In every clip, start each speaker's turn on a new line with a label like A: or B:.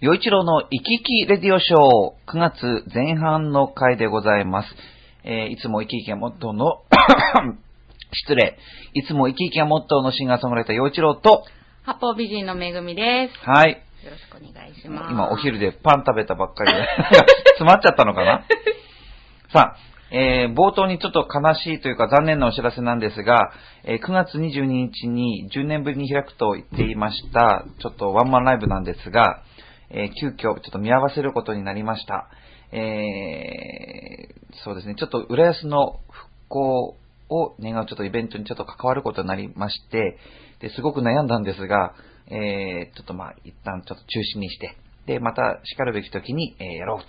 A: 洋一郎の生き生きレディオショー、9月前半の回でございます。えーいつも生き生きがモットーの、 失礼。いつも生き生きがモットーのシンガーソングライター洋一郎と、
B: 八方美人のめぐみです。
A: はい。
B: よろしくお願いします。
A: 今お昼でパン食べたばっかりで、 詰まっちゃったのかなさあ、えー冒頭にちょっと悲しいというか残念なお知らせなんですが、えー9月22日に10年ぶりに開くと言っていました、ちょっとワンマンライブなんですが、えー急遽ちょっと見合わせることになりました。えーそうですね、ちょっと浦安の復興を願うちょっとイベントにちょっと関わることになりまして、ですごく悩んだんですが、えーちょっとまあ一旦ちょっと中止にして、で、また叱るべき時に、えーやろうと、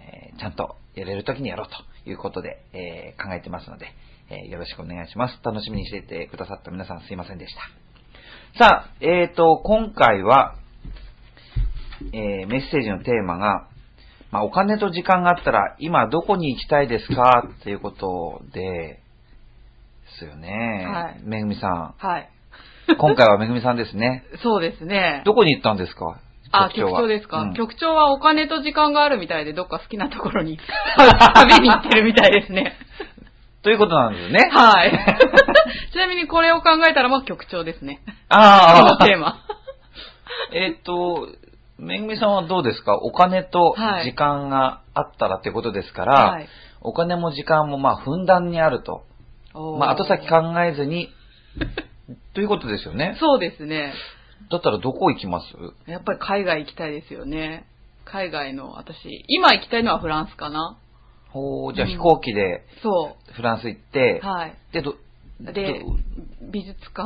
A: えーちゃんとやれる時にやろうということで、えー考えてますので、えーよろしくお願いします。楽しみにしていてくださった皆さんすいませんでした。さあ、えーと、今回は、えーメッセージのテーマが、まあ、お金と時間があったら、今どこに行きたいですかっていうことで、ですよね。
B: はい
A: めぐみさん。
B: はい。
A: 今回はめぐみさんです ね。
B: そうですね。
A: どこに行ったんですか
B: あ、
A: 局
B: 局
A: は
B: 長ですか、
A: うん
B: 局長はお金と時間があるみたいで、どっか好きなとこ ろに旅に行ってるみたいですね。
A: ということなんですよね。
B: はい。 ちなみにこれを考えたら、まあ局長ですね。 こ
A: あ
B: の
A: あ、
B: テーマ。
A: えっと、めぐみさんはどうですかお金と
B: はい
A: 時間があったらってことですから、
B: はい。
A: お金も時間もまあふんだんにあると。
B: おー
A: まあ後先考えずに、ということですよね。
B: そうですね。
A: だったらどこ行きます
B: やっぱり海外行きたいですよね。海外の私、今行きたいのはフランスかな
A: ほう、じゃあ
B: うん
A: 飛行機で
B: そ
A: フランス行って
B: う。、はい。
A: で、ど、
B: で
A: ど、
B: 美術館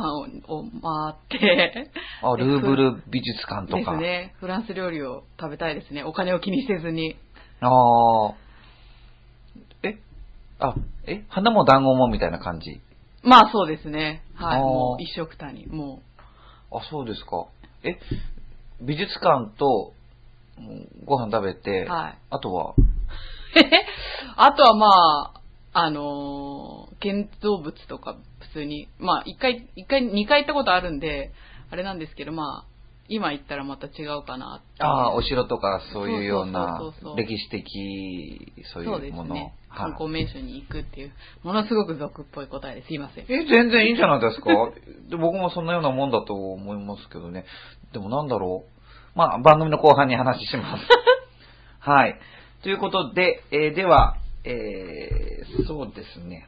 B: を回って、
A: あ、ルーブル美術館と
B: です
A: か。
B: ね、フランス料理を食べたいですね。お金を気にせずに。
A: ああ。えあ、え花も団子もみたいな感じ
B: まあそうですね。は
A: あー
B: い。もう一食単に。も
A: あ、そうですか。え、美術館とうんご飯食べて、
B: う。はい。
A: あとは、
B: あとはまあ、あのー建造物とか普通に、まあ一回、一回、二回行ったことあるんで、あれなんですけど、まあ、今行ったらまた違うかなって。
A: ああ、お城とかそういうような
B: そうそうそうそう
A: 歴史的そう
B: そう
A: い
B: で
A: う
B: す
A: もの。
B: ね。
A: はい
B: 観光名所に行くっていう、ものすごく俗っぽい答えです。すいません。
A: え、全然いいんじゃないですかで僕もそんなようなもんだと思いますけどね。でもなんだろう。まあ、番組の後半に話します。はい。ということで、えーでは、えーそうですね。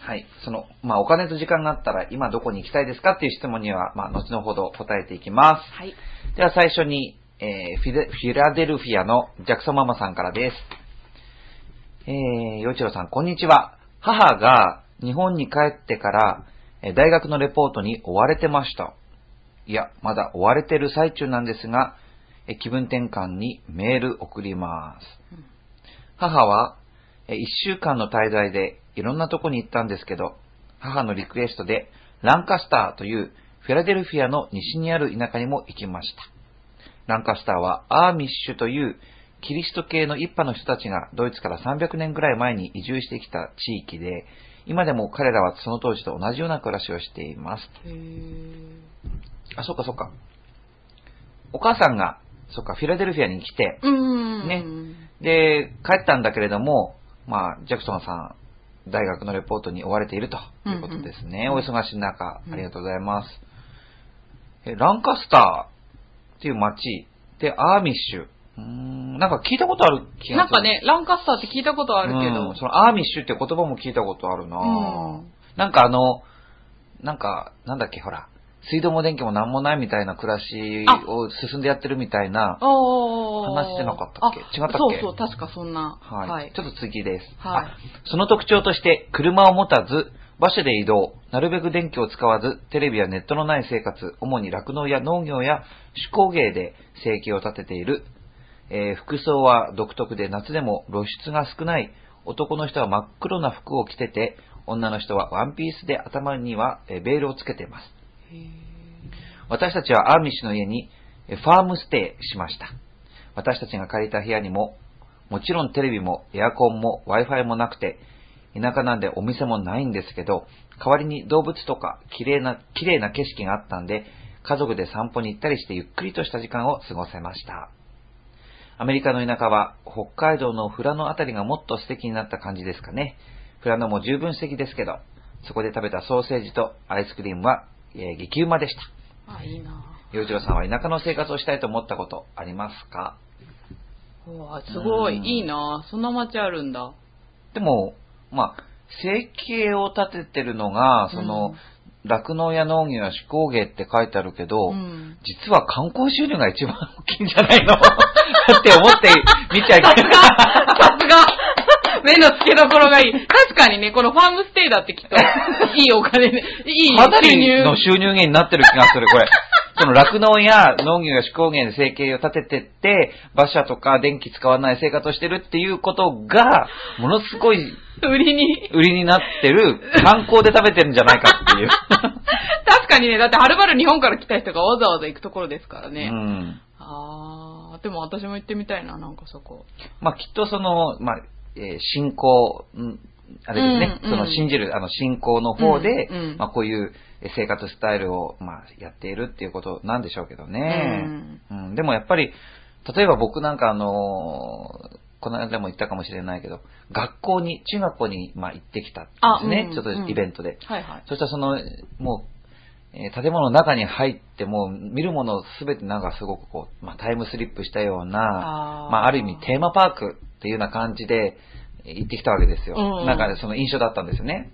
A: はい。その、まあ、お金と時間があったら今どこに行きたいですかっていう質問には、まあ、後のほど答えていきま
B: はい。
A: す。では最初に、えーフィデフィラデルフィアのジャクソンママさんからです。えー、よいちろさん、こんにちは。母が日本に帰ってから、えー大学のレポートに追われてました。いや、まだ追われてる最中なんですが、えー気分転換にメール送ります。
B: うん
A: 母は、えー一週間の滞在でいろんなとこに行ったんですけど、母のリクエストで、ランカスターというフィラデルフィアの西にある田舎にも行きました。ランカスターはアーミッシュというキリスト系の一派の人たちがドイツから300年ぐらい前に移住してきた地域で、今でも彼らはその当時と同じような暮らしをしています。
B: へー
A: あ、そっかそっか。お母さんが、そっか、フィラデルフィアに来て、
B: うん。
A: ねで、帰ったんだけれども、まあ、ジャクソンさん、大学のレポートに追われているということですね。
B: うん
A: お
B: うん
A: 忙しい中、
B: うん
A: ありがとうございます。えランカスターっていう街で、アーミッシュ。うーん、なんか聞いたことある気が
B: なん
A: する。
B: かね、ランカスターって聞いたことあるけど。
A: うんそのアーミッシュって言葉も聞いたことあるな、
B: うん
A: なんかあの、なんか、なんだっけ、ほら、水道も電気もなんもないみたいな暮らしを進んでやってるみたいな、
B: おー
A: 話してなかったっけ
B: あ
A: 違ったっけ
B: そうそう、確かそんな。
A: はい。
B: はい
A: ち。ょっと次です。
B: はい
A: あその特徴として、車を持たず、馬車で移動、なるべく電気を使わず、テレビやネットのない生活、主に酪農や農業や手工芸で生計を立てている。えー服装は独特で夏でも露出が少ない。男の人は真っ黒な服を着てて、女の人はワンピースで頭にはえーベールをつけています。
B: へー
A: 私たちはアーミッシュの家にえファームステイしました。私たちが借りた部屋にも、もちろんテレビもエアコンも Wi-Fi もなくて、田舎なんでお店もないんですけど、代わりに動物とか綺麗な、綺麗な景色があったんで、家族で散歩に行ったりしてゆっくりとした時間を過ごせました。アメリカの田舎は北海道の富良野あたりがもっと素敵になった感じですかね。富良野も十分素敵ですけど、そこで食べたソーセージとアイスクリームは、えー激うまでした。
B: あ、いいな
A: 洋一郎さんは田舎の生活をしたいと思ったことありますか
B: ぁ。うわぁすごい、
A: うん
B: いいなぁ。そんな街あるんだ。
A: でも、まあ、生計を立ててるのが、その、酪農、や農業や手工芸って書いてあるけど、
B: うん。
A: 実は観光収入が一番大きいんじゃないの って思って見ちゃいけ
B: さすが
A: ない。
B: さすが 目の付けどころがいい。確かにね、このファームステイだっ てきっと、いいお金ね、いい 収入。
A: かなりの収入源になってる気がする、 これ。その酪農や農業や手工芸で生計を立ててって、馬車とか電気使わない生活をしてるっていうことが、ものすごい
B: 売りに。
A: 売りになってる、観光で食べてるんじゃないかっていう。
B: 確かにね、だってはるばる日本から来た人がわざわざ行くところですから ね。
A: うん
B: あー、でも私も行ってみたいな、なんかそこ。
A: まあ、きっとその、まあ、えー信仰、んあれですね、
B: うんうん
A: その信じる、あの、信仰の方で、
B: うんうん
A: まあ、こういうえー生活スタイルを、まあ、やっているっていうことなんでしょうけどね。うんでもやっぱり、例えば僕なんかあのーこの間も言ったかもしれないけど、学校に、中学校に、まあ、行ってきたんですね。
B: あうん
A: ちょっとイベントで。
B: はいはい。
A: そしたらその、もう、えー建物の中に入って、もう見るものすべてなんかすごくこう、まあ、タイムスリップしたような
B: あ、ー
A: まあ、ある意味テーマパークっていうような感じでえー行ってきたわけですよ。
B: うんうん
A: なんかねその印象だったんですよね。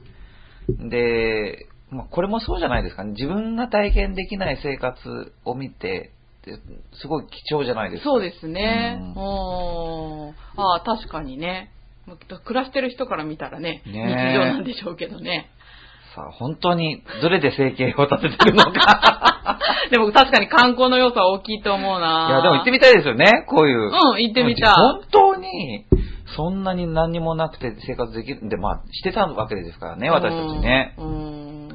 A: で、まあ、これもそうじゃないですかね。自分が体験できない生活を見て、ですごい貴重じゃないですか。
B: そうですね。
A: うん
B: おーあー確かにね。まあきっと暮らしてる人から見たらね、
A: ねえ
B: 日常なんでしょうけどね。
A: さあ、本当にどれで生計を立ててるの か。
B: でも確かに観光の要素は大きいと思うない
A: や、でも行って
B: み
A: みたいですよね。こういう。
B: うん、行ってみたい。
A: 本当に、そんなに何にもなくて生活できるんで、まあ、してたわけですからね、私たちね。
B: うん。うん
A: うん。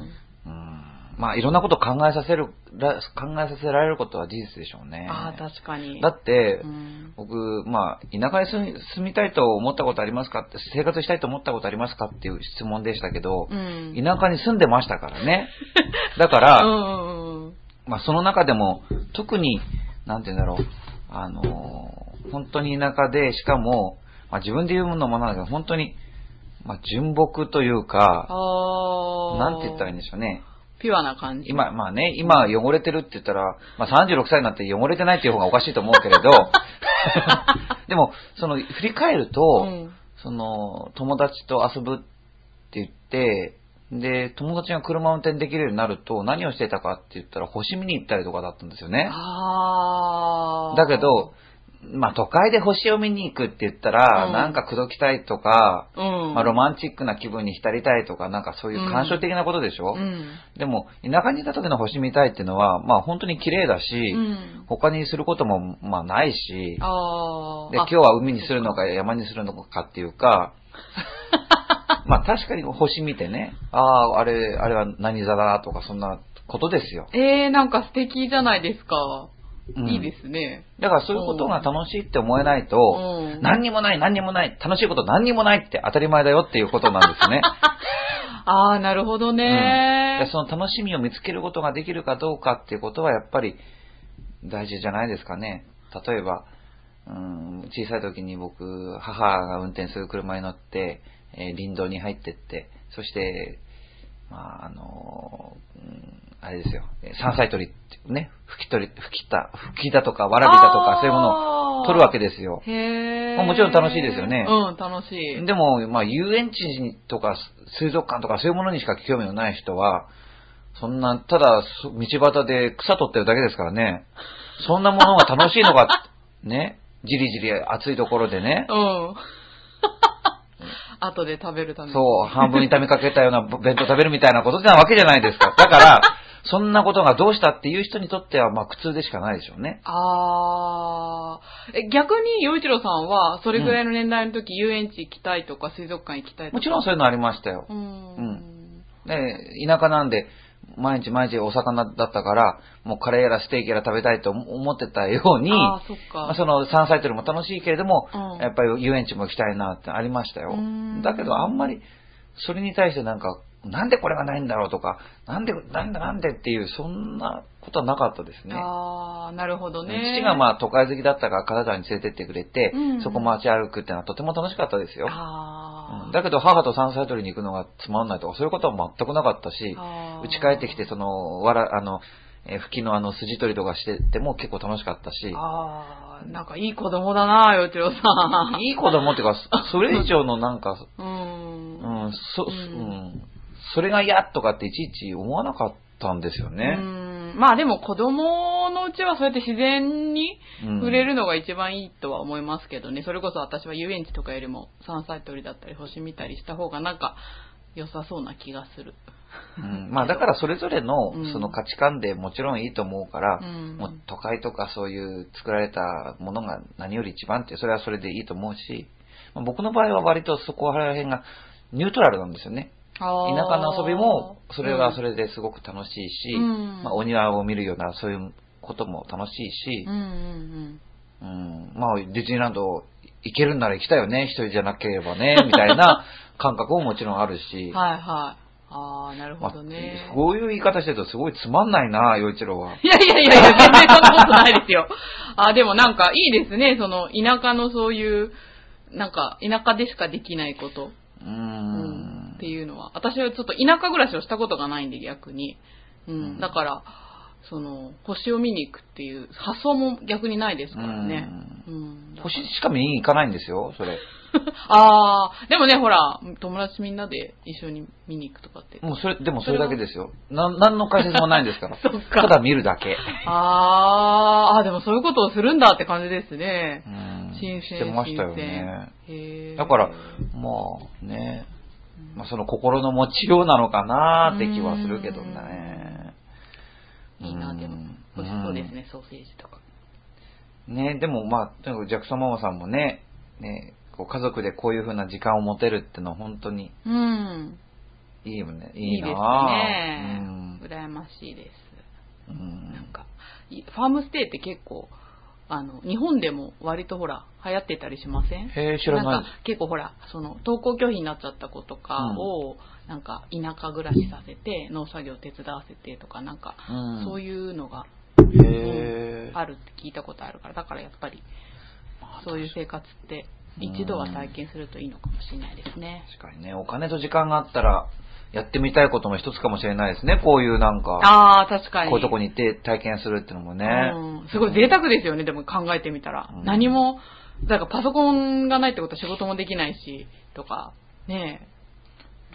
A: まあ、いろんなことを考えさせるら、考えさせられることは事実でしょうね。
B: ああ、確かに。
A: だって、
B: うん
A: 僕、まあ、田舎に住み住みたいと思ったことありますかって、生活したいと思ったことありますかっていう質問でしたけど、
B: うん。
A: 田舎に住んでましたからね。だ から、
B: うんうんうん。
A: まあ、その中でも、特に、なんて言うんだろう、あのー本当に田舎で、しかも、まあ、自分で言うのもなんだけど、本当に、まあ、純朴というか、
B: ああ。
A: なんて言ったらいいんでしょうね。
B: ピュアな感じ。
A: 今、まあね、今汚れてるって言ったら、まあ36歳になって汚れてないっていう方がおかしいと思うけ れど、でも、その、振り返ると、
B: うん
A: その、友達と遊ぶって言って、で、友達が車を運転できるようになると、何をしてたかって言ったら、星見に行ったりとかだったんですよね。
B: ああ。
A: だけ、ど、まあ、都会で星を見に行くって言ったら、
B: うん
A: なんか口説きたいとか、
B: うん。
A: まあ、ロマンチックな気分に浸りたいとか、なんかそういう感傷的なことでしょ、
B: うん。
A: でも、田舎にいた時の星見たいっていうのは、まあ、本当に綺麗だし、
B: うん。
A: 他にすることも、まあ、ないし、
B: ああ。
A: で、今日は海にするのか山にするのかっていう か、まあ確かに星見てね、ああ、あれ、あれは何座だとかそんなことですよ。
B: えー、なんか素敵じゃないですか。
A: うん
B: いいですね。
A: だからそういうことが楽しいって思えないと、
B: うん
A: 何にもない、何にもない、楽しいこと何にもないって当たり前だよっていうことなんです ね。
B: ああ、なるほど
A: で
B: ね、
A: その楽しみを見つけることができるかどうかっていうことはやっぱり大事じゃないですかね。例えば、うん、小さい時に僕、母が運転する車に乗って、えー林道に入ってって、そして、まあ、あの、うんあれですよ、えー山菜取りっていうね、吹き取り、吹きた、吹きだとか、わらびだとか
B: あー、
A: そういうものを取るわけですよ。
B: へえ。
A: まあもちろん楽しいですよね
B: うん、楽しい。
A: でも、まあ、遊園地とか水族館とかそういうものにしか興味のない人は、そんな、ただ、そ道端で草取ってるだけですからね。そんなものが楽しいのか、ね。 じりじり暑いところでね
B: う。ん。後で食べるために。
A: そう、半分炒めかけたような弁当食べるみたいなことじゃわけじゃないですか。だから、そんなことがどうしたっていう人にとっては、まあ、苦痛でしかないでしょうね。
B: あーえ逆に、洋一郎さんは、それぐらいの年代の時、遊園地行きたいとか、水族館行きたいとか。
A: もちろんそういうのありましたよ。
B: うん。
A: うね、田舎なんで、毎日毎日お魚だったから、もうカレーやらステーキやら食べたいと思思ってたように、
B: ああ、そっか。
A: まあ、その山菜取りも楽しいけれども、
B: うん
A: やっぱり遊園地も行きたいなってありましたよ
B: うーん。
A: だけどあんまり、それに対してなんか、なんでこれがないんだろうとか、なんで、なんでなんでっていう、そんなことはなかったですね。
B: ああ、なるほどね。
A: 父がまあ都会好きだったから金沢に連れてってくれて、
B: うん
A: そこ街歩くってのはとても楽しかったですよ。
B: あ
A: う
B: あ
A: んだけど母と山菜採りに行くのがつまんないとかそういうことは全くなかったし、
B: あー
A: うち帰ってきてその、わら、あの、えー吹きのあの筋取りとかしてても結構楽しかったし、
B: ああ、なんかいい子供だな、よちろさん。
A: いい子供って いうか、そそれ以上のなんか、
B: う。
A: うんん、そ、
B: う
A: うんん、それが嫌とかっていちいち思わなかったんですよ
B: う
A: ね。
B: ん。まあでも子供のうちはそうやって自然に
A: うん
B: 触れるのが一番いいとは思いますけどね。それこそ私は遊園地とかよりも山菜採りだったり星見たりした方がなんか良さそうな気がする。
A: うんまあだからそれぞれの
B: うん
A: その価値観でもちろんいいと思うから、
B: うん
A: もう都会とかそういう作られたものが何より一番ってそれはそれでいいと思うし、まあ僕の場合は割とそこら辺がニュートラルなんですよね。田
B: 田
A: 舎の遊びもそれはそれ
B: れ。
A: ですごく楽しいし、
B: うん
A: まあお庭を見るようなそういうことも楽しいし
B: うん、うん
A: うんまあディズニーランド行けるんなら行きたいよね、一人じゃなければね、 みたいな感覚ももちろんある
B: う
A: し
B: ん。、 はいはい。ああ、なるほどね。
A: まあこういう言い方してるとすごいつまんないな、陽一郎は。
B: いやいやいやいや、全然そんなことないですよ。あ、でもなんかいいですね、その田舎のそういう、なんか田舎でしかできないこと、
A: うー
B: うん
A: ん
B: っていうのは。私はちょっと田舎暮らしをしたことがないんで逆に。うん、
A: うん
B: だから、その、星を見に行くっていう発想も逆にないですからね。うん、だから
A: 星しか見に行かないんですよ、それ。
B: ああ、でもね、ほら、友達みんなで一緒に見に行くとかって。。
A: もうそれ、でもそれだけですよ。なん、何の解説もないんですから
B: そっ か
A: ただ見るだけ。
B: あーあ、でもそういうことをするんだって感じですね
A: う。ん。
B: 新鮮
A: してましたよね。
B: へー
A: だから、まあね、まあその心の持ちようなのかなーって気はするけどね。
B: いいな、でも
A: うん。
B: 美味しそうですね、ソーセージとか。
A: ね、でもまあ、とにかくジャクソンママさんもね、ね、こう家族でこういう風な時間を持てるってのは本当に
B: うん。
A: いいよね。
B: い
A: い
B: い
A: い
B: です
A: なぁ
B: ね。羨ましいです。
A: うん。うん
B: なんか、いファームステイって結構、あの、日本でも割とほら、流行ってたりしません
A: へえ、知らない
B: んか結構ほら、その、登校拒否になっちゃった子とかを、なんか、田舎暮らしさせて、農作業手伝わせてとか、なんか、
A: うん
B: そういうのが
A: です。へえ。
B: あるって聞いたことあるから、だからやっぱり、そういう生活って、一度は体験するといいのかもしれないですね。
A: 確かにね、お金と時間があったら、やってみたいことも一つかもしれないですね。こういうなんか、
B: ああ、確かに。
A: こういうとこに行って体験するってのもね。
B: うん、すごい贅沢ですよね、でも考えてみたら。
A: うん
B: 何も、だからパソコンがないってことは仕事もできないし、とか、ね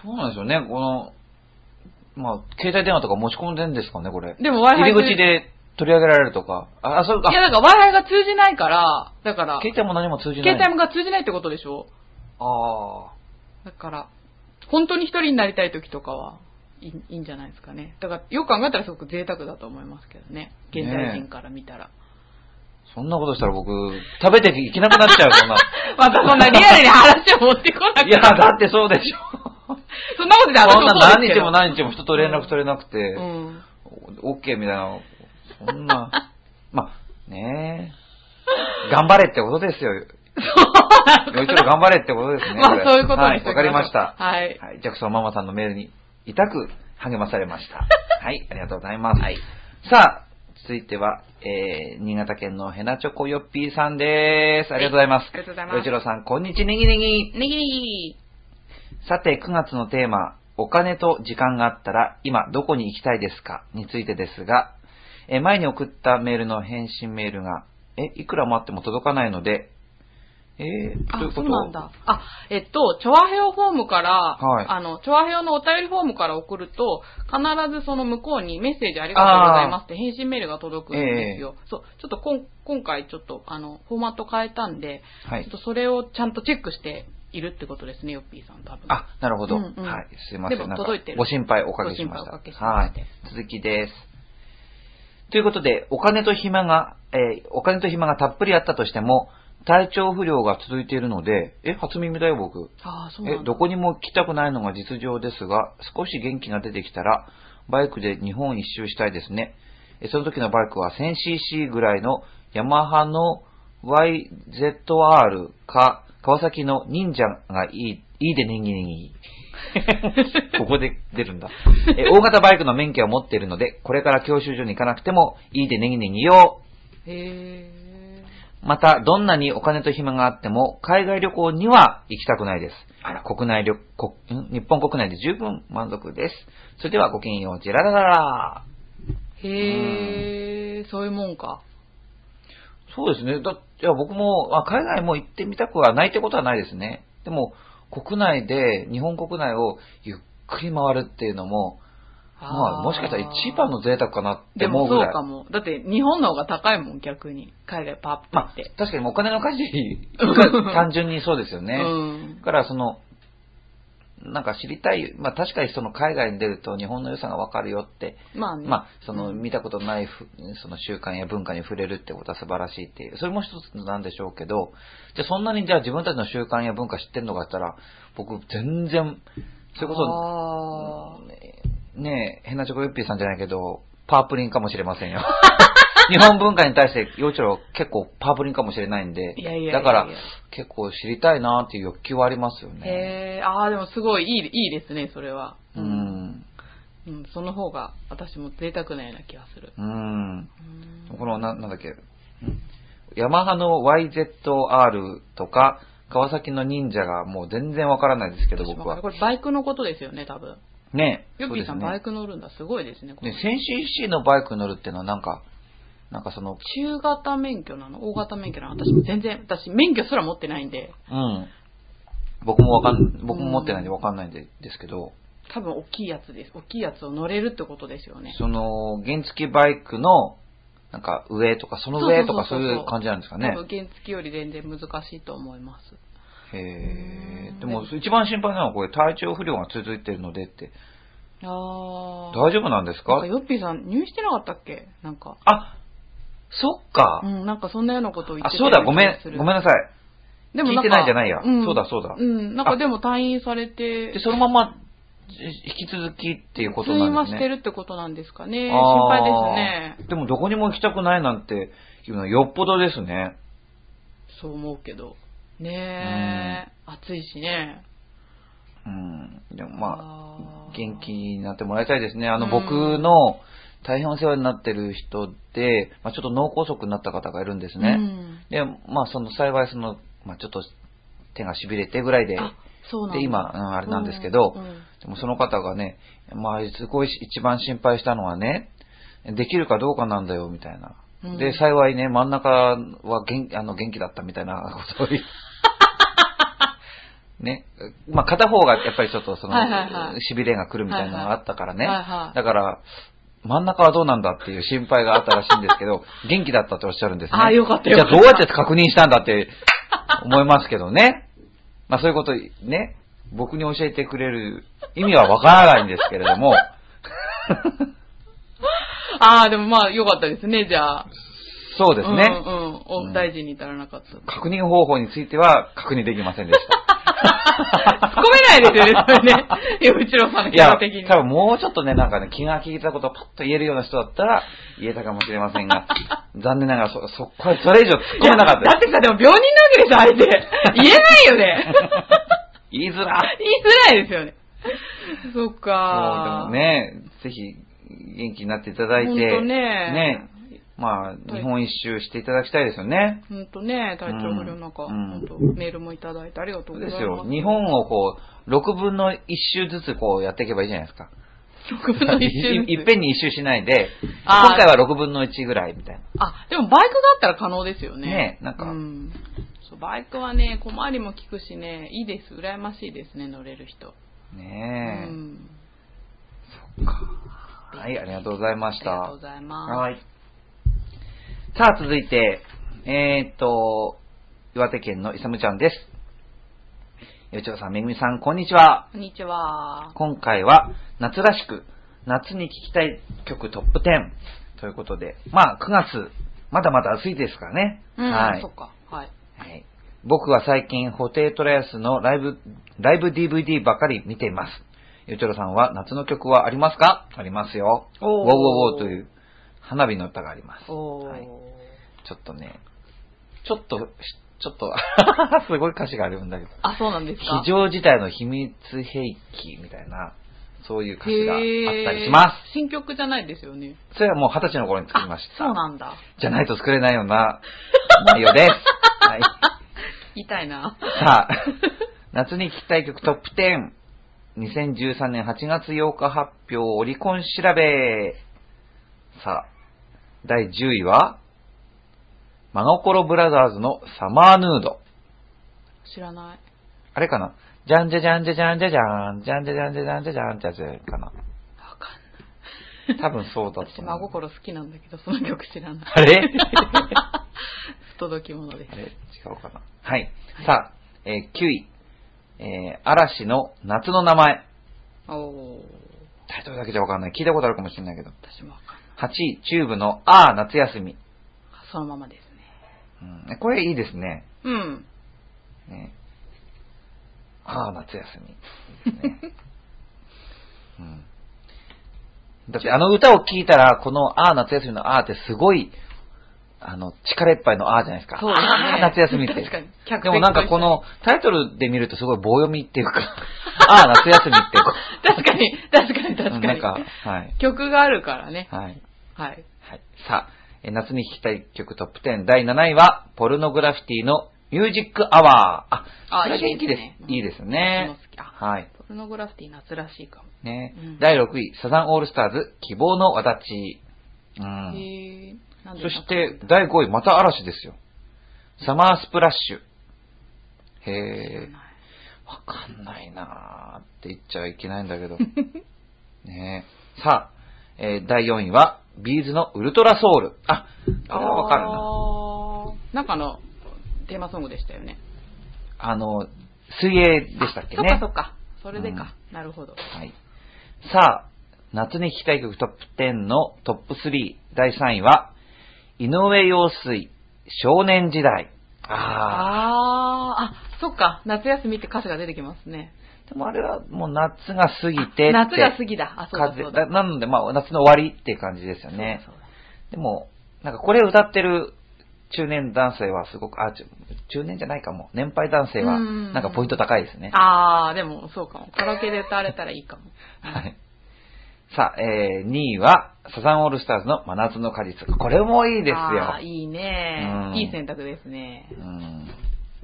A: どうなんでしょうね、この、まあ、携帯電話とか持ち込んでんですかね、これ
B: え。。でも Wi-Fi
A: 入り
B: 通
A: 口
B: じ
A: で取り上げられるとか。あ、あそうか
B: い。や、だから Wi-Fi が通じないから、だから、
A: 携帯も何も通じない。
B: 携帯が通じないってことでしょ
A: ああ。
B: だから、本当に一人になりたい時とかは、いいいいんじゃないですかね。だから、よく考えたらすごく贅沢だと思いますけどね。現代人から見たら。
A: そんなことしたら僕、食べていけなくなっちゃうよ、そんな。
B: またそんなリアルに話を持ってこなくて。
A: いや、だってそうでしょ。
B: そんなことで私
A: そん
B: も
A: な
B: そう
A: 何
B: で
A: 日
B: すけど
A: も何日も人と連絡取れなくて、
B: うん。
A: オッケーみたいな、そんな、まあ、ねえ、頑張れってこと ですよ。よいちろ頑張れってことですね。
B: まあ
A: れ
B: そういうこと
A: は
B: に
A: い、
B: してお
A: わ
B: きま
A: か
B: しょう
A: りました。
B: はい
A: はい、ジャクソンママさんのメールに痛く励まされました。 はい、ありがとうございます。さあ、続いては、えー、新潟県のヘナチョコヨッピーさんです。ありがとうございます。
B: はいありがとうございます
A: よいちろさん、こんにちは、ネギネギ。
B: ネギネギ
A: さて、9月のテーマ、お金と時間があったら今どこに行きたいですかについてですが、えー前に送ったメールの返信メールが、え、いくら待っても届かないので、えー、どうい
B: あ
A: う、こ
B: そ
A: と
B: うなんだ。あ、えっと、チョアヘオフォームから、
A: はい
B: あの、チョアヘオのお便りフォームから送ると、必ずその向こうにメッセージありがとうございますって返信メールが届くんですよ。そう、ちょっとこん今回ちょっと、あの、フォーマット変えたんで、
A: は
B: ちょっ
A: い。
B: とそれをちゃんとチェックしているってことですね、ヨッピーさん多分。
A: あ、なるほど。
B: うんうん
A: はい。すいません。
B: でも
A: なんか
B: 届いてる
A: ご心配おかけしました。
B: ご心配おかけしまして
A: はい。続きです。ということで、お金と暇が、えーお金と暇がたっぷりあったとしても、体調不良が続いているので、え、初耳だよ、僕。
B: あーそうな
A: え
B: んだ。
A: どこにも来たくないのが実情ですが、少し元気が出てきたら、バイクで日本一周したいですね。えその時のバイクは 1000cc ぐらいのヤマハの YZR か、川崎の忍者がいい、いいでネギネギ。ここで出るんだ。え大型バイクの免許を持っているので、これから教習所に行かなくてもいいでネギネギよ。
B: へえ。
A: また、どんなにお金と暇があっても、海外旅行には行きたくないです。
B: あら
A: 国内旅、国、ん日本国内で十分満足です。それではごきげんよう、ジェララララ。
B: へえ、そういうもんか。
A: そうですね。だいや僕も、あ、海外も行ってみたくはないってことはないですね。でも、国内で、日本国内をゆっくり回るっていうのも、まあ、もしかしたら一番の贅沢かなって
B: で
A: 思
B: も
A: うぐ
B: そう
A: らい。
B: かも。だって日本の方が高いもん、逆に。海外パッパ
A: ま
B: っ
A: あ
B: て。、
A: 確かにお金の 価値が単純にそうですよね。
B: うん
A: だ。から、その、なんか知りたい、まあ確かにその海外に出ると日本の良さがわかるよって、
B: まあね。
A: まあ、その
B: うん
A: 見たことないふその習慣や文化に触れるってことは素晴らしいっていう、それも一つなんでしょうけど、じゃあそんなにじゃあ自分たちの習慣や文化知ってるのかって言ったら、僕全然、それこそ、
B: あ
A: ねえ、変なチョコヨッピーさんじゃないけど、パープリンかもしれませ んよ。日本文化に対して、幼稚郎結構パープリンかもしれないんで、
B: いやいやいやいや
A: だから結構知りたいなっていう欲求はありますよ
B: ー
A: ね。
B: へえ、ああ、でもすごいいい、いいですね、それは。
A: う。ん。
B: うん、その方が私も贅沢なような気がする。
A: うん。
B: うん
A: このな、なんだっけ、ヤマハの YZR とか、川崎の忍者がもう全然わからないですけど、
B: 私も
A: 僕は。
B: これバイクのことですよね、多分。
A: ねえ。
B: ヨッピーさん、
A: そう
B: バ
A: で
B: イク乗るんだ。すごいですね、こ
A: す
B: れ
A: ね。ね、1000cc のバイクに乗るっていうのはなんか、なんかその、
B: 中型免許なの大型免許なの私も全然、私免許すら持ってないんで、
A: うん。僕もわかん、僕も持ってないんでわかんないんでですけど、
B: 多分大きいやつです。大きいやつを乗れるってことですよね。
A: その、原付バイクの、なんか上とか、その上とかそう
B: そうそうそうそう
A: いう感じなんですか
B: 多
A: ね。
B: 分原付より全然難しいと思います。
A: へえ。
B: うん
A: でも一番心配なのはこれ体調不良が続いてるのでって、
B: あー。
A: 大丈夫なんです
B: なん
A: か
B: かヨッピーさん入院してなかったっけなんか。
A: あ、そっか。
B: うん、なんかそんなようなことを言って
A: あ、
B: た
A: そうだ、ごめん、ごめん
B: ん。
A: なさい。
B: でもなんか
A: 聞いてないじゃないや
B: ん
A: そうだそうだ
B: うん、なんか
A: あ
B: でも退院されて
A: で、、そのまま、じ引き続きっていうこと
B: 通院
A: なん
B: は
A: です
B: し
A: ね。
B: てるってことなんですかね。
A: あー
B: 心配ですね。
A: でも、どこにも行きたくないなんていうのはよっぽどですね。
B: そう思うけど。ねえ、暑いしね。
A: うん。でも、まあ
B: あ、ー
A: 元気になってもらいたいですね。あの、
B: うん
A: 僕の大変お世話になってる人で、まあ、ちょっと脳梗塞になった方がいるんです
B: う
A: ね。
B: ん
A: で、まあ、その、幸い、その、まあ、ちょっと、手が痺れてぐらいで、
B: あ、そうなんだ
A: で、今、うんあれなんですけど、
B: うんうん
A: でもその方がね、まあ、すごい一番心配したのはね、できるかどうかなんだよ、みたいな。
B: うん
A: で、幸いね、真ん中は元あの元気だったみたいな ことを 言うね。まあ、片方がやっぱりちょっとその、
B: はいはいはい
A: 痺れが来るみたいなのがあったからね。
B: はいはい
A: だから、真ん中はどうなんだっていう心配があったらしいんですけ ど、元気だったとおっしゃるんですね。
B: あよかっ
A: じ
B: たよ
A: ゃ
B: か
A: あ
B: っ
A: ど
B: た
A: うやって確認したんだって思いますけどね。まあそういうことね、僕に教えてくれる意味はわからないんですけれども、
B: ああ、でもまあ、良かったですね、じゃあ。
A: そうですね。
B: うんう
A: う
B: ん、
A: ん
B: お大事に至らなかった。突っ
A: 確認方法については確認できませんでし
B: 込めないですよね、それね。洋一郎さ
A: た。
B: んの
A: い
B: 基本
A: や、
B: 的に。
A: 多分もうちょっとね、なんかね、気が利いたことをパッと言えるような人だったら言えたかもしれませんが、残念ながらそ、そ、これ、それ以上突っ込めなかっ
B: いやだ
A: た
B: っ
A: で
B: てさ、でも病人なわけでしょ、相手。 言えないよね。
A: す。 言いづらい。
B: 言いづらいですよね。そっ
A: そう、で
B: か
A: も。ね、ぜひ、元気になっていただいて、
B: ほんとね
A: ねまあ、日本一周していただきたいですよね。
B: ほんとね、体調不良なんか、
A: うん
B: ほんと、メールもいただいてありがとう
A: そう
B: ござい
A: で
B: ますす。
A: よ。日本をこう、6分の1周ずつこうやっていけばいいじゃないですか。
B: 6分の
A: い
B: 1周
A: いっぺんに1周しないで、
B: あー
A: 今回は6分の1ぐらいみたいな。
B: あ、でもバイクがあったら可能ですよね。
A: ねえなんか
B: うん。そう、バイクはね、小回りも効くしね、いいです。羨ましいですね、乗れる人。
A: ねえ、
B: うん。
A: はい、ありがとうございま
B: あ
A: し
B: り
A: た。
B: がとうございます。
A: はい。さあ、続いて、えーっと、岩手県のいさむちゃんです。よちろさん、めぐみさん、こんにちは。
B: こんにちは。
A: 今回は夏らしく、夏に聴きたい曲トップ10ということで、まあ9月、まだまだ暑いですからね。
B: うん、
A: はい
B: そっか。はい。
A: はい。僕は最近、ホテイトラヤスのライブ、ライブ DVD ばかり見ています。ゆちょろさんは夏の曲はありますかありますよ。ウォー
B: おー
A: ウォーウォーという花火の歌があります。
B: おー。
A: はいちょっとね、ちょっとしちょっと、 すごい歌詞があるんだけど。
B: あ、そうなんですか。
A: 非常事態の秘密兵器みたいな、そういう歌詞があったりしま
B: へー新曲じゃないですよね。
A: す。それはもう二十歳の頃に作りました。
B: そうなんだ。
A: じゃないと作れないような 内容です。はい。
B: 痛いな。
A: さあ、夏に聴きたい曲トップ10。2013年8月8日発表オリコン調べ。さあ、第10位は、マガコロブラザーズのサマーヌード。
B: 知らない。
A: あれかなじゃんじゃじゃんじゃじゃんじゃじゃん、じゃんじゃじゃんじゃじゃんじゃじゃんってやつかな。
B: わかんない。
A: 多分そうだと
B: 私、
A: 思
B: 真
A: う。
B: 心好きなんだけど、その曲知らない。
A: あれ
B: 不届き者です
A: あ。れ違うかな。はい。さあ、えー9位。えー嵐の夏の名前。
B: おー。
A: タイトルだけじゃわかんない。聞いたことあるかもしれないけど。
B: 私もわかん
A: 8
B: ない。
A: 位、チューブのあー夏休み。
B: そのままですね。
A: うん、これいいですね。
B: うん。
A: ねああ、夏休み。いいですねうん、だってあの歌を聴いたら、このああ、夏休みのああってすごい、あの、力いっぱいのああじゃないですか。
B: そうですね
A: ああ、夏休みって。
B: 確かに客席
A: でもなんかこのタイトルで見るとすごい棒読みっていうか、ああ、夏休みってこ
B: 確かに、確かに、
A: う。
B: 確か
A: なん
B: に。
A: か、はい。
B: 曲があるからね。
A: はい。
B: はい。
A: はい。さあ、えー夏に聴きたい曲トップ10第7位は、ポルノグラフィティのミュージックアワー。あ、
B: あ
A: これ元気です。い
B: い
A: い
B: い
A: で
B: です私も
A: ね
B: 好。き。あ、
A: はい。
B: ポルノグラフィティ夏らしいかも。
A: ね、
B: うん
A: 第6位、サザンオールスターズ、希望のわだち。うん。
B: へーなんで
A: そして、第5位、また嵐ですよ。サマースプラッシュ。
B: 知ら
A: へえ。
B: ない
A: わかんないなーって言っちゃいけないんだけ ど。ねえ。さあ、えー第4位は、ビーズのウルトラソウル。あ、これはわかるな。
B: な。なんかの、テーマソングでしたよね。
A: あの、水泳でしたっけね。
B: あそっかそっか。それでか。なるほど。
A: はい。さあ、夏に聴きたい曲トップ10のトップ3、第3位は、井上陽水、少年時代。ああ。
B: ああー、あ、そっか。夏休みって歌詞が出てきますね。
A: でもあれはもう夏が過ぎてって。
B: 夏が過ぎだ。あ、そうだ
A: 風
B: そうだ。
A: だなので、まあ夏の終わりっていう感じですよね。
B: そうだそう
A: でも、なんかこれを歌ってる中年男性はすごく、あ、ちゅ中年じゃないかも。年配男性は、
B: うん
A: なんかポイント高いですね
B: だ。ああ、でもそうかも。カラオケで歌われたらいいかも。
A: はい。さあ、えー、2位は、サザンオールスターズの真夏の果実。これもいいです
B: あー
A: よ。
B: いいね
A: う。ん
B: いい選択ですね。
A: うん。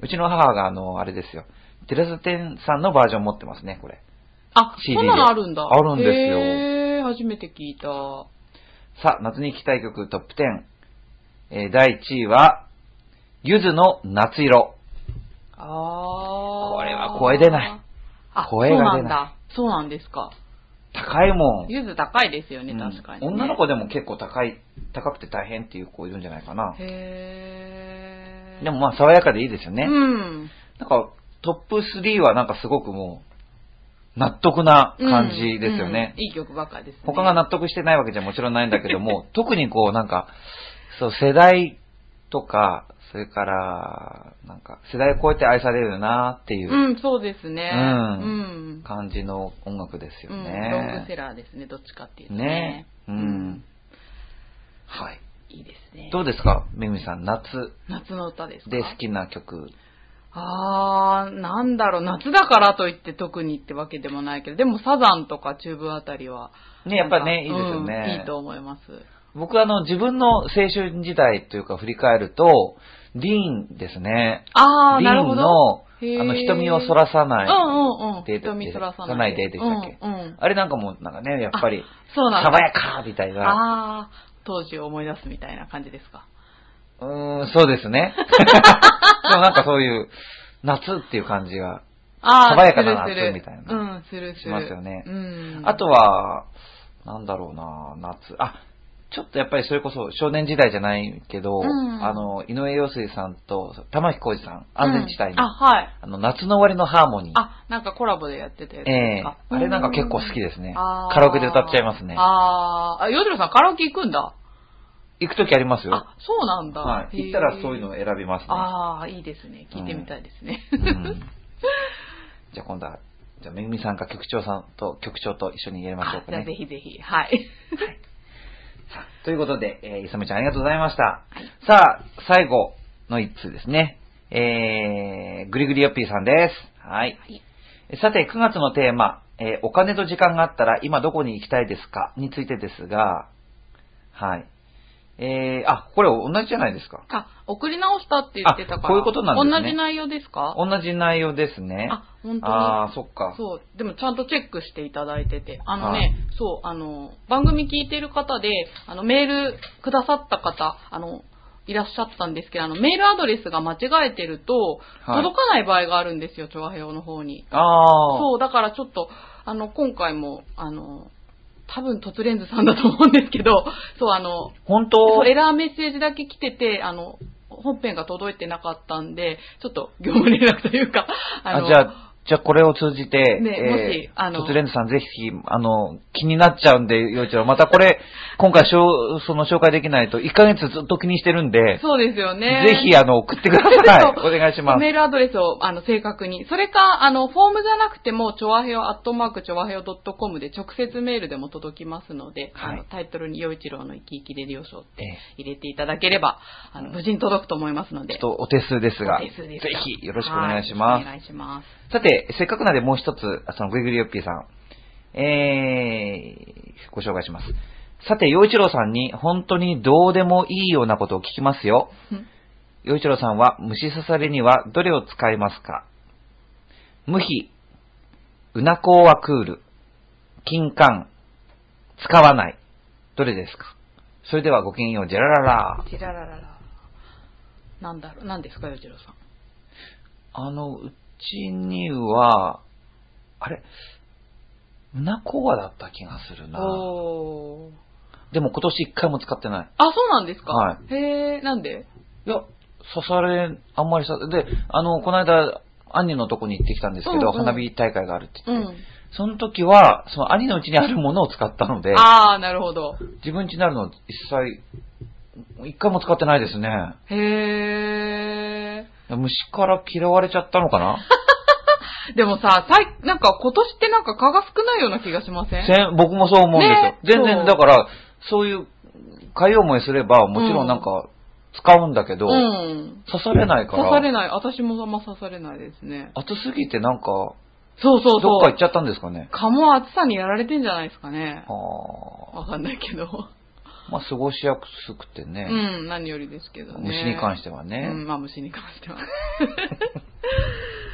A: うちの母が、あの、あれですよ。テレサテンさんのバージョン持ってますね、これ。
B: あ、
A: CD
B: そんなのあるんだ。
A: あるんですよ
B: へー初めて聞いた。
A: さあ、夏に聴きたい曲トップ10。えー、第1位は、ゆずの夏色。
B: あー
A: これは声出ない。
B: あ、
A: 声が出ない
B: そうなんだ。そうなんですか。
A: 高いもん。
B: ゆず高いですよね、
A: うん
B: 確かにね、
A: 女の子でも結構高い、高くて大変っていう子いるんじゃないかな。
B: へー
A: でもまあ、爽やかでいいですよね。
B: うん。
A: なんか、トップ3はなんかすごくもう、納得な感じですよね
B: うん。いい曲ばっかりですね。
A: 他が納得してないわけじゃもちろんないんだけども、特にこうなんか、そう、世代とか、それから、なんか、世代を超えて愛されるなっていう
B: うん、そうですね。
A: う
B: うんん。
A: 感じの音楽ですよ
B: うんロングセ
A: ね。
B: ラーですね、どっちかっていうと
A: ね
B: ね。。
A: うん。。はい。
B: いいですね。
A: どうですかめぐみさん、夏
B: 夏の歌ですか
A: で好きな曲。
B: あー、なんだろう、夏だからといって特にってわけでもないけど、でもサザンとかチューブあたりは。
A: ね、やっぱりね、いいで
B: な
A: す
B: んか
A: よ
B: うん
A: ね。
B: いいと思います。
A: 僕あの、自分の青春時代というか振り返ると、ディーンですね。
B: あー、
A: ディ
B: な
A: ー
B: るほ
A: ン
B: ど。
A: の、
B: へー
A: あの、瞳をそらさない。
B: うんうんうん。
A: で
B: 瞳そらさ
A: さ
B: な
A: ないいででしたっけ
B: うんうん。
A: あれなんかもうなんかね、やっぱり、
B: そうなんだ。
A: 爽やかみたいな。
B: あー、当時を思い出すみたいな感じですか。
A: うーん、そうです ね。でもなんかそういう、夏っていう感じが。
B: あー、
A: 爽やかな
B: するする
A: 夏みたいな
B: うん、するする。
A: しますよね
B: うん。
A: あとは、なんだろうな、夏。あ、ちょっとやっぱりそれこそ少年時代じゃないけど、
B: うん
A: あの、井上陽水さんと玉置浩二さん、安全地帯
B: うんあ、
A: の、
B: はい。
A: あの、夏の終わりのハーモニー。
B: あ、なんかコラボでやってたやつ
A: え
B: で
A: え
B: すか。
A: あれなんか結構好きですね。
B: あー
A: カラオケで歌っちゃいますね。
B: あーあ、ヨドルさんカラオケ行くんだ。
A: 行くときありますよ。
B: あ、そうなんだ。
A: はい。
B: へー
A: 行ったらそういうのを選びますね。
B: ああ、いいですね。聞いてみたいですね。
A: うんじゃあ今度は、じゃあめぐみさんか局長さんと局長と一緒にやりましょう
B: あ
A: か
B: じゃあぜ
A: ね。
B: ひぜひ。はい。
A: さあということで、えー、いさめちゃんありがとうございました。さあ、最後の一通ですね。えー、ぐりぐりよっぴーさんです。はい。
B: はい。
A: さて、9月のテーマ、えーお金と時間があったら今どこに行きたいですかについてですが、はい。えー、あ、これ同じじゃないですか。
B: あ、送り直したって言ってたから。
A: あこういうことなんですね
B: 同じ内容ですか
A: 同じ内容ですね。
B: あ、本当に。
A: あー、そっか。
B: そう。でもちゃんとチェックしていただいてて。あのね、
A: はい
B: そう、あの、番組聞いてる方で、あの、メールくださった方、あの、いらっしゃったんですけど、あの、メールアドレスが間違えてると、
A: はい
B: 届かない場合があるんですよ、調和表の方に。
A: あー。
B: そう、だからちょっと、あの、今回も、あの、多分、トツレンズさんだと思うんですけど、そう、あの、
A: 本当
B: そうエラーメッセージだけ来てて、あの、本編が届いてなかったんで、ちょっと業務連絡というか、
A: あ
B: の
A: じゃあ、じゃあこれを通じて、えー
B: ねもしあの
A: トツレンズさんぜひ、あの、気になっちゃうんで、よいちろまたこれ、今回しょう、その紹介できないと、1ヶ月ずっと気にしてるんで、
B: そうですよね。
A: ぜひ、あの、送ってください。
B: そう
A: お願いします。
B: メールアドレスを、あの、正確に。それか、あの、フォームじゃなくても、ちょわへよ、アットマーク、ちょわへよ .com で直接メールでも届きますので、
A: はい
B: あのタイトルに、よいちろうの生き生きレディオショーっ
A: え
B: て入れていただければ、あの、無事に届くと思いますの
A: ちょ
B: で
A: っ。とお手数ですが、
B: お手
A: ぜ
B: 数ですが
A: ひよろしくお願いしま
B: は
A: す
B: お。願いします。
A: さて、せっかくなんでもう一つ、そのぐいぐりよっぴーさん、えー、ご紹介します。さて、洋一郎さんに本当にどうでもいいようなことを聞きますよ。
B: うん
A: 洋一郎さんは虫刺されにはどれを使いますか無比、うなこはクール、金管、使わない。どれですかそれではごきげんよう、ジェラララ。
B: チララララ。なんだろう、なんですか、よいちろうさん。
A: あの、うちには、あれうなこはだった気がするな。
B: おー。
A: でも今年一回も使ってない。
B: あ、そうなんですか
A: は
B: へー、なんで
A: いや、刺され、あんまり刺され、で、あの、この間、兄のとこに行ってきたんですけど、
B: うんうん
A: 花火大会があるって
B: う
A: 言って、
B: ん。
A: その時は、その兄のうちにあるものを使ったので、
B: あー、なるほど。
A: 自分家になるの一切、一回も使ってないですね。
B: へー。
A: 虫から嫌われちゃったのかな
B: でもさ、さい、なんか今年ってなんか蚊が少ないような気がしません
A: せん僕もそう思うん
B: ね
A: ですよ。全
B: そ
A: 然、
B: う
A: だから、そういう、かゆい思いすれば、もちろんなんか、使うんだけど、
B: うん。
A: 刺されないか
B: 刺され
A: ら、
B: ない。私もあんま刺されないですね。
A: 暑すぎてなんか、
B: そうそう
A: どっか
B: そ
A: 行っ
B: う。
A: ちゃったんですかね。
B: 蚊も暑さにやられてんじゃないですかね。
A: あ
B: わかんないけど。
A: あ。まあ、過ごしやすくて
B: う
A: ね。
B: ん、何よりですけどね。
A: 虫に関
B: し
A: しては
B: て
A: ね。
B: うん、まあ虫に関しては。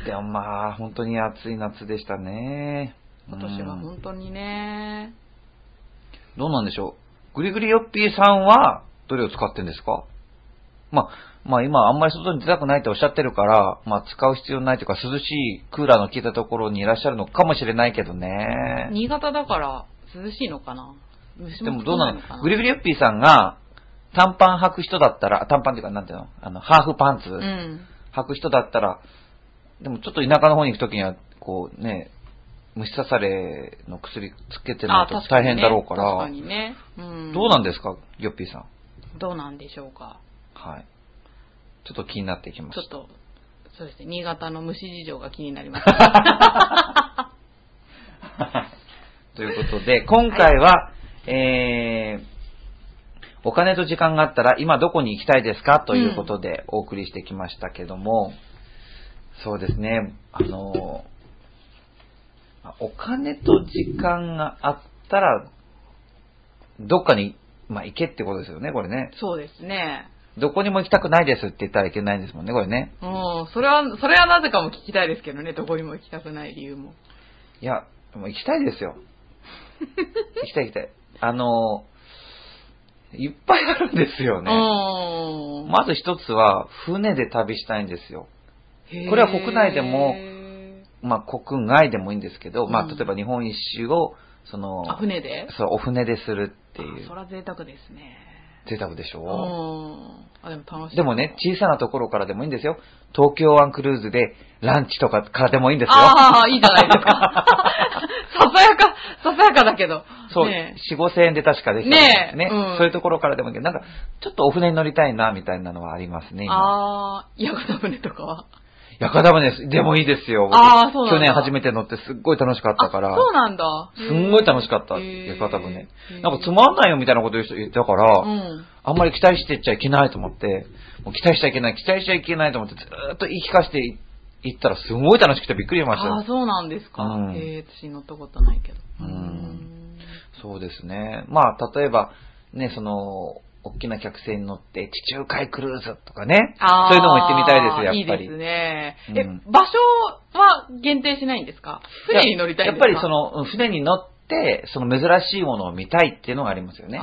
A: でもまあ、本当に暑い夏でしたね。
B: 今年は
A: うん
B: 本当にね。
A: どうなんでしょう。グリグリヨッピーさんは、どれを使ってんですかまあ、まあ今あんまり外に出たくないっておっしゃってるから、まあ使う必要ないというか涼しいクーラーの効いたところにいらっしゃるのかもしれないけどね。
B: 新潟だから涼しいのかな。虫
A: で
B: も
A: も
B: 少
A: どう
B: な
A: ないの
B: のかな。
A: グリグリヨッピーさんが短パン履く人だったら、あ短パンっていうかなんていうのあの、ハーフパンツ
B: うん。
A: 履く人だったら、でもちょっと田舎の方に行くときには、こうね、虫刺されの薬つけてないと
B: あ確
A: 大
B: にね
A: 変だろうから、
B: 確かにね。うん。
A: どうなんですか、ヨッピーさん。
B: どうなんでしょうか。
A: はい。ちょっと気になっていきま
B: ちょっ
A: す。
B: と、そうですね、新潟の虫事情が気になります。
A: ということで、今回は、えー、お金と時間があったら今どこに行きたいですかということでお送りしてきましたけども、そうですね、あの、あお金と時間があったら、どっかに、まあ、行けってことですよね、これね。
B: そうですね。
A: どこにも行きたくないですって言ったらいけないんですもんね、これね。
B: うん、それは、それはなぜかも聞きたいですけどね、どこにも行きたくない理由も。
A: いや、もう行きたいです よ。行きたい行きたい。あの、いっぱいあるんですよね。
B: うん。
A: まず一つは、船で旅したいんですよ。
B: へー
A: これは国内でもまあ、国外でもいいんですけど、まあ、
B: う
A: 例
B: ん
A: えば日本一周を、その、
B: あ、船で
A: そう、お船でするってい
B: あ
A: う
B: そ。ら贅沢ですね。
A: 贅沢でし
B: う
A: ょ
B: ん。あ、でも楽しい。
A: でもね、小さなところからでもいいんですよ。東京湾クルーズで、ランチとかからでもいいんですよ。
B: ああ、いいじゃないです か。ささやか、ささやかだけど。
A: そう、
B: ね
A: 4、5千円で確かできたんです
B: ね
A: ね
B: えうん
A: そういうところからでもいいけど、なんか、ちょっとお船に乗りたいな、みたいなのはありますね、
B: え
A: 今
B: ああ、屋形船とかは。
A: 屋形船です。でもいいですよ。僕
B: あーそうなんだ
A: 去年初めて乗ってすっごい楽しかったから
B: あ。そうなんだ。
A: すんごい楽しかった、
B: へー
A: 屋形船
B: へ。ー
A: なんかつまんないよみたいなこと言う人いたから、
B: うん。
A: あんまり期待してっちゃいけないと思って、もう期待しちゃいけない、期待しちゃいけないと思って、ずーっと言い聞かせていいったらすごい楽しくてびっくりしました
B: ああ、
A: よ。
B: そうなんですか。
A: うん
B: えー、私乗ったことないけど。
A: うん
B: うん
A: そうですね。まあ、例えば、ね、その、大きな客船に乗って地中海クルーズとかね、
B: あー
A: そういうのも行ってみたいですよ、やっぱり。
B: いいですね。
A: う
B: え、場所は限定しないんですか船に乗りたいん
A: や
B: で
A: っ
B: すか
A: ぱりその、うん船に乗って、その珍しいものを見たいっていうのがありますよね。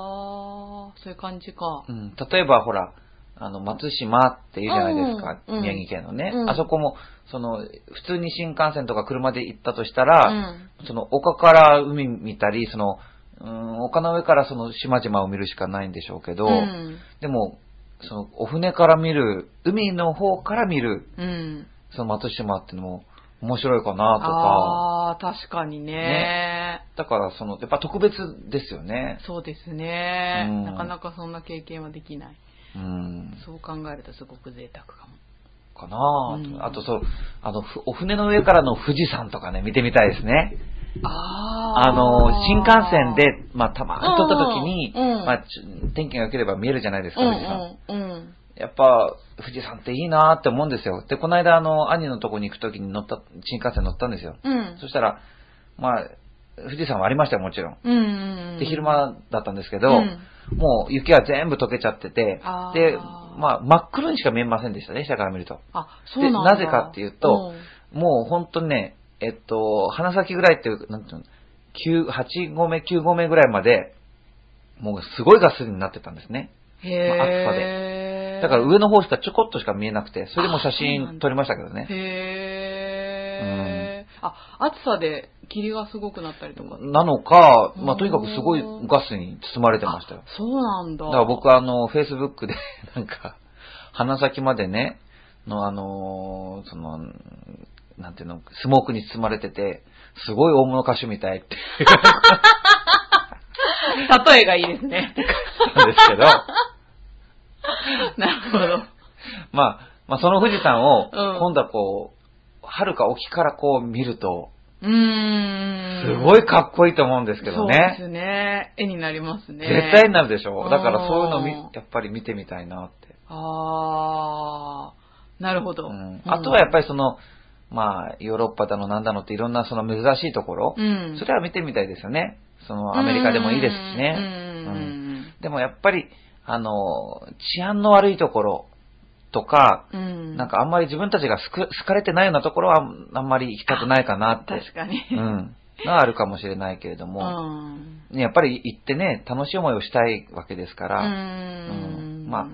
B: ああ、そういう感じか。
A: うん、例えばほら、あの、松島っていうじゃないですか、
B: うんうん
A: 宮城県のね、
B: うん
A: あそこも、その、普通に新幹線とか車で行ったとした
B: う
A: ら、
B: ん。
A: その、丘から海見たり、その、うん、丘の上からその島々を見るしかないんでしょうけど、
B: うん。
A: でも、その、お船から見る、海の方から見る、
B: うん。
A: その松島っていうのも面白いかなとか、
B: ああ、確かにね
A: だからその、やっぱ特別ですよね。
B: そうですね、
A: うん
B: なかなかそんな経験はできない。
A: うん、
B: そう考えるとすごく贅沢かも。
A: かなぁと、
B: うん
A: あとそう、あの、ふお船の上からの富士山とかね、見てみたいですね。
B: ああ。
A: あの、新幹線で、まあ、たまに撮った時に、
B: うん
A: まあ、ち天気が良ければ見えるじゃないですか、
B: うん
A: 富士山。
B: うんうん。
A: やっぱ、富士山っていいなぁって思うんですよ。で、この間、あの、兄のとこに行く時に乗った、新幹線乗ったんですよ。
B: うん。
A: そしたら、まあ、富士山はありましたよ、もちろん。
B: うんうんうん。
A: で、昼間だったんですけど、
B: うん
A: もう雪は全部溶けちゃってて
B: あ、ー
A: で、まあ、真っ黒にしか見えませんでしたね、下から見ると。
B: あ、そうなんだ。
A: でなぜかっていうともう本当にね、えっと、鼻先ぐらいっていう、なんていうの、九8合目、9合目ぐらいまで、もうすごいガスになってたんですね。
B: うん、へえ、
A: まあ暑さ
B: で
A: だから上の方しかちょこっとしか見えなくて、それでも写
B: あそうなん
A: 真
B: だ
A: 撮りましたけどね。
B: へえ、あ、暑さで霧がすごくなったりとか。
A: なのか、ま
B: う
A: あ、
B: ん
A: とにかくすごいガスに包まれてましたよ。
B: あそうなんだ。
A: だから僕はあの、Facebook で、 なんか、鼻先までね、のあのーその、なんていうの、スモークに包まれてて、すごい大物歌手みたいって
B: 例えがいいで すね。
A: 言ったんですけど、
B: なるほど。
A: まあ、まあ、その富士山を、
B: うん
A: 今度はこう、はるか沖からこう見ると、
B: うー
A: す
B: ん。
A: ご
B: い
A: いかっこいいと思うんですけど
B: そうで
A: ね。
B: すね。絵になりますね。
A: 絶対になるでしょ
B: う
A: う。
B: ん
A: だからそういうのをみやっぱり見てみたいなって。
B: あー、なるほど。
A: うんあとはやっ
B: ぱ
A: ぱりその、まあ、ヨーロッパだのなんだのっていろんなその珍しいところ、
B: うん。
A: それは見てみたいですよね。そのアメリカでもいいですし
B: うん
A: ね。
B: うんうん
A: でもやっぱり、あの、治安の悪いところとか、
B: うんうん。
A: なんかあんまり自分たちが好く好かれてないようなところはあんまり行きたくないかなって。
B: 確かに。
A: うん。があるかもしれないけれど
B: う
A: も、
B: ん。
A: ねやっぱり行ってね、楽しい思いをしたいわけですか
B: う
A: ら、
B: ん。
A: うんまあ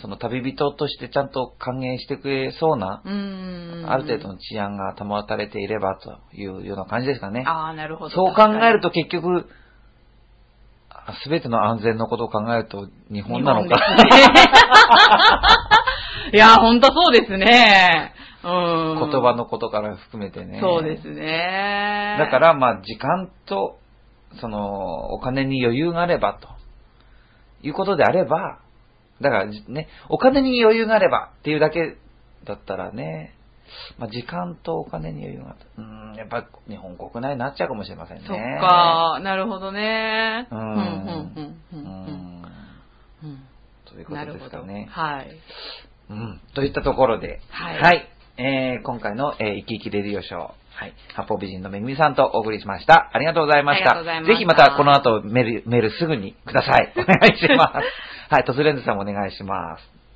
A: その旅人としてちゃんと歓迎してくれそうな、
B: うん。
A: ある程度の治安が保たれていればというような感じですかね。
B: ああ、なるほど。
A: そう考えると結局、すべての安全のことを考えると日本なのか、
B: 日本ですね。 いや、ほんとそうですね。うん。
A: 言葉のことから含めてね。
B: そうですね。
A: だか、ら、まあ、時間と、その、お金に余裕があれば、ということであれば、だからじね、お金に余裕があればっていうだけだったらね、まあ、時間とお金に余裕があった。うーん、やっぱ日本国内になっちゃうかもしれませんね。
B: そっ。か、なるほどね。
A: うん
B: うん、うん、う
A: うー
B: ん、
A: ん。
B: うん。
A: という
B: うん。
A: こ
B: な
A: と
B: る
A: で
B: ほ
A: す
B: ど
A: かね。
B: はい。
A: うん。といったところで、
B: はい
A: えー今回の、えー、生き生きレディオショー、はい。八方美人のめぐみさんとお送りしました。ありがとうございました。
B: ありがとうございました
A: ぜひまた この後メール、メールすぐにください。お願いします。はい。突然ズさんもお願いします。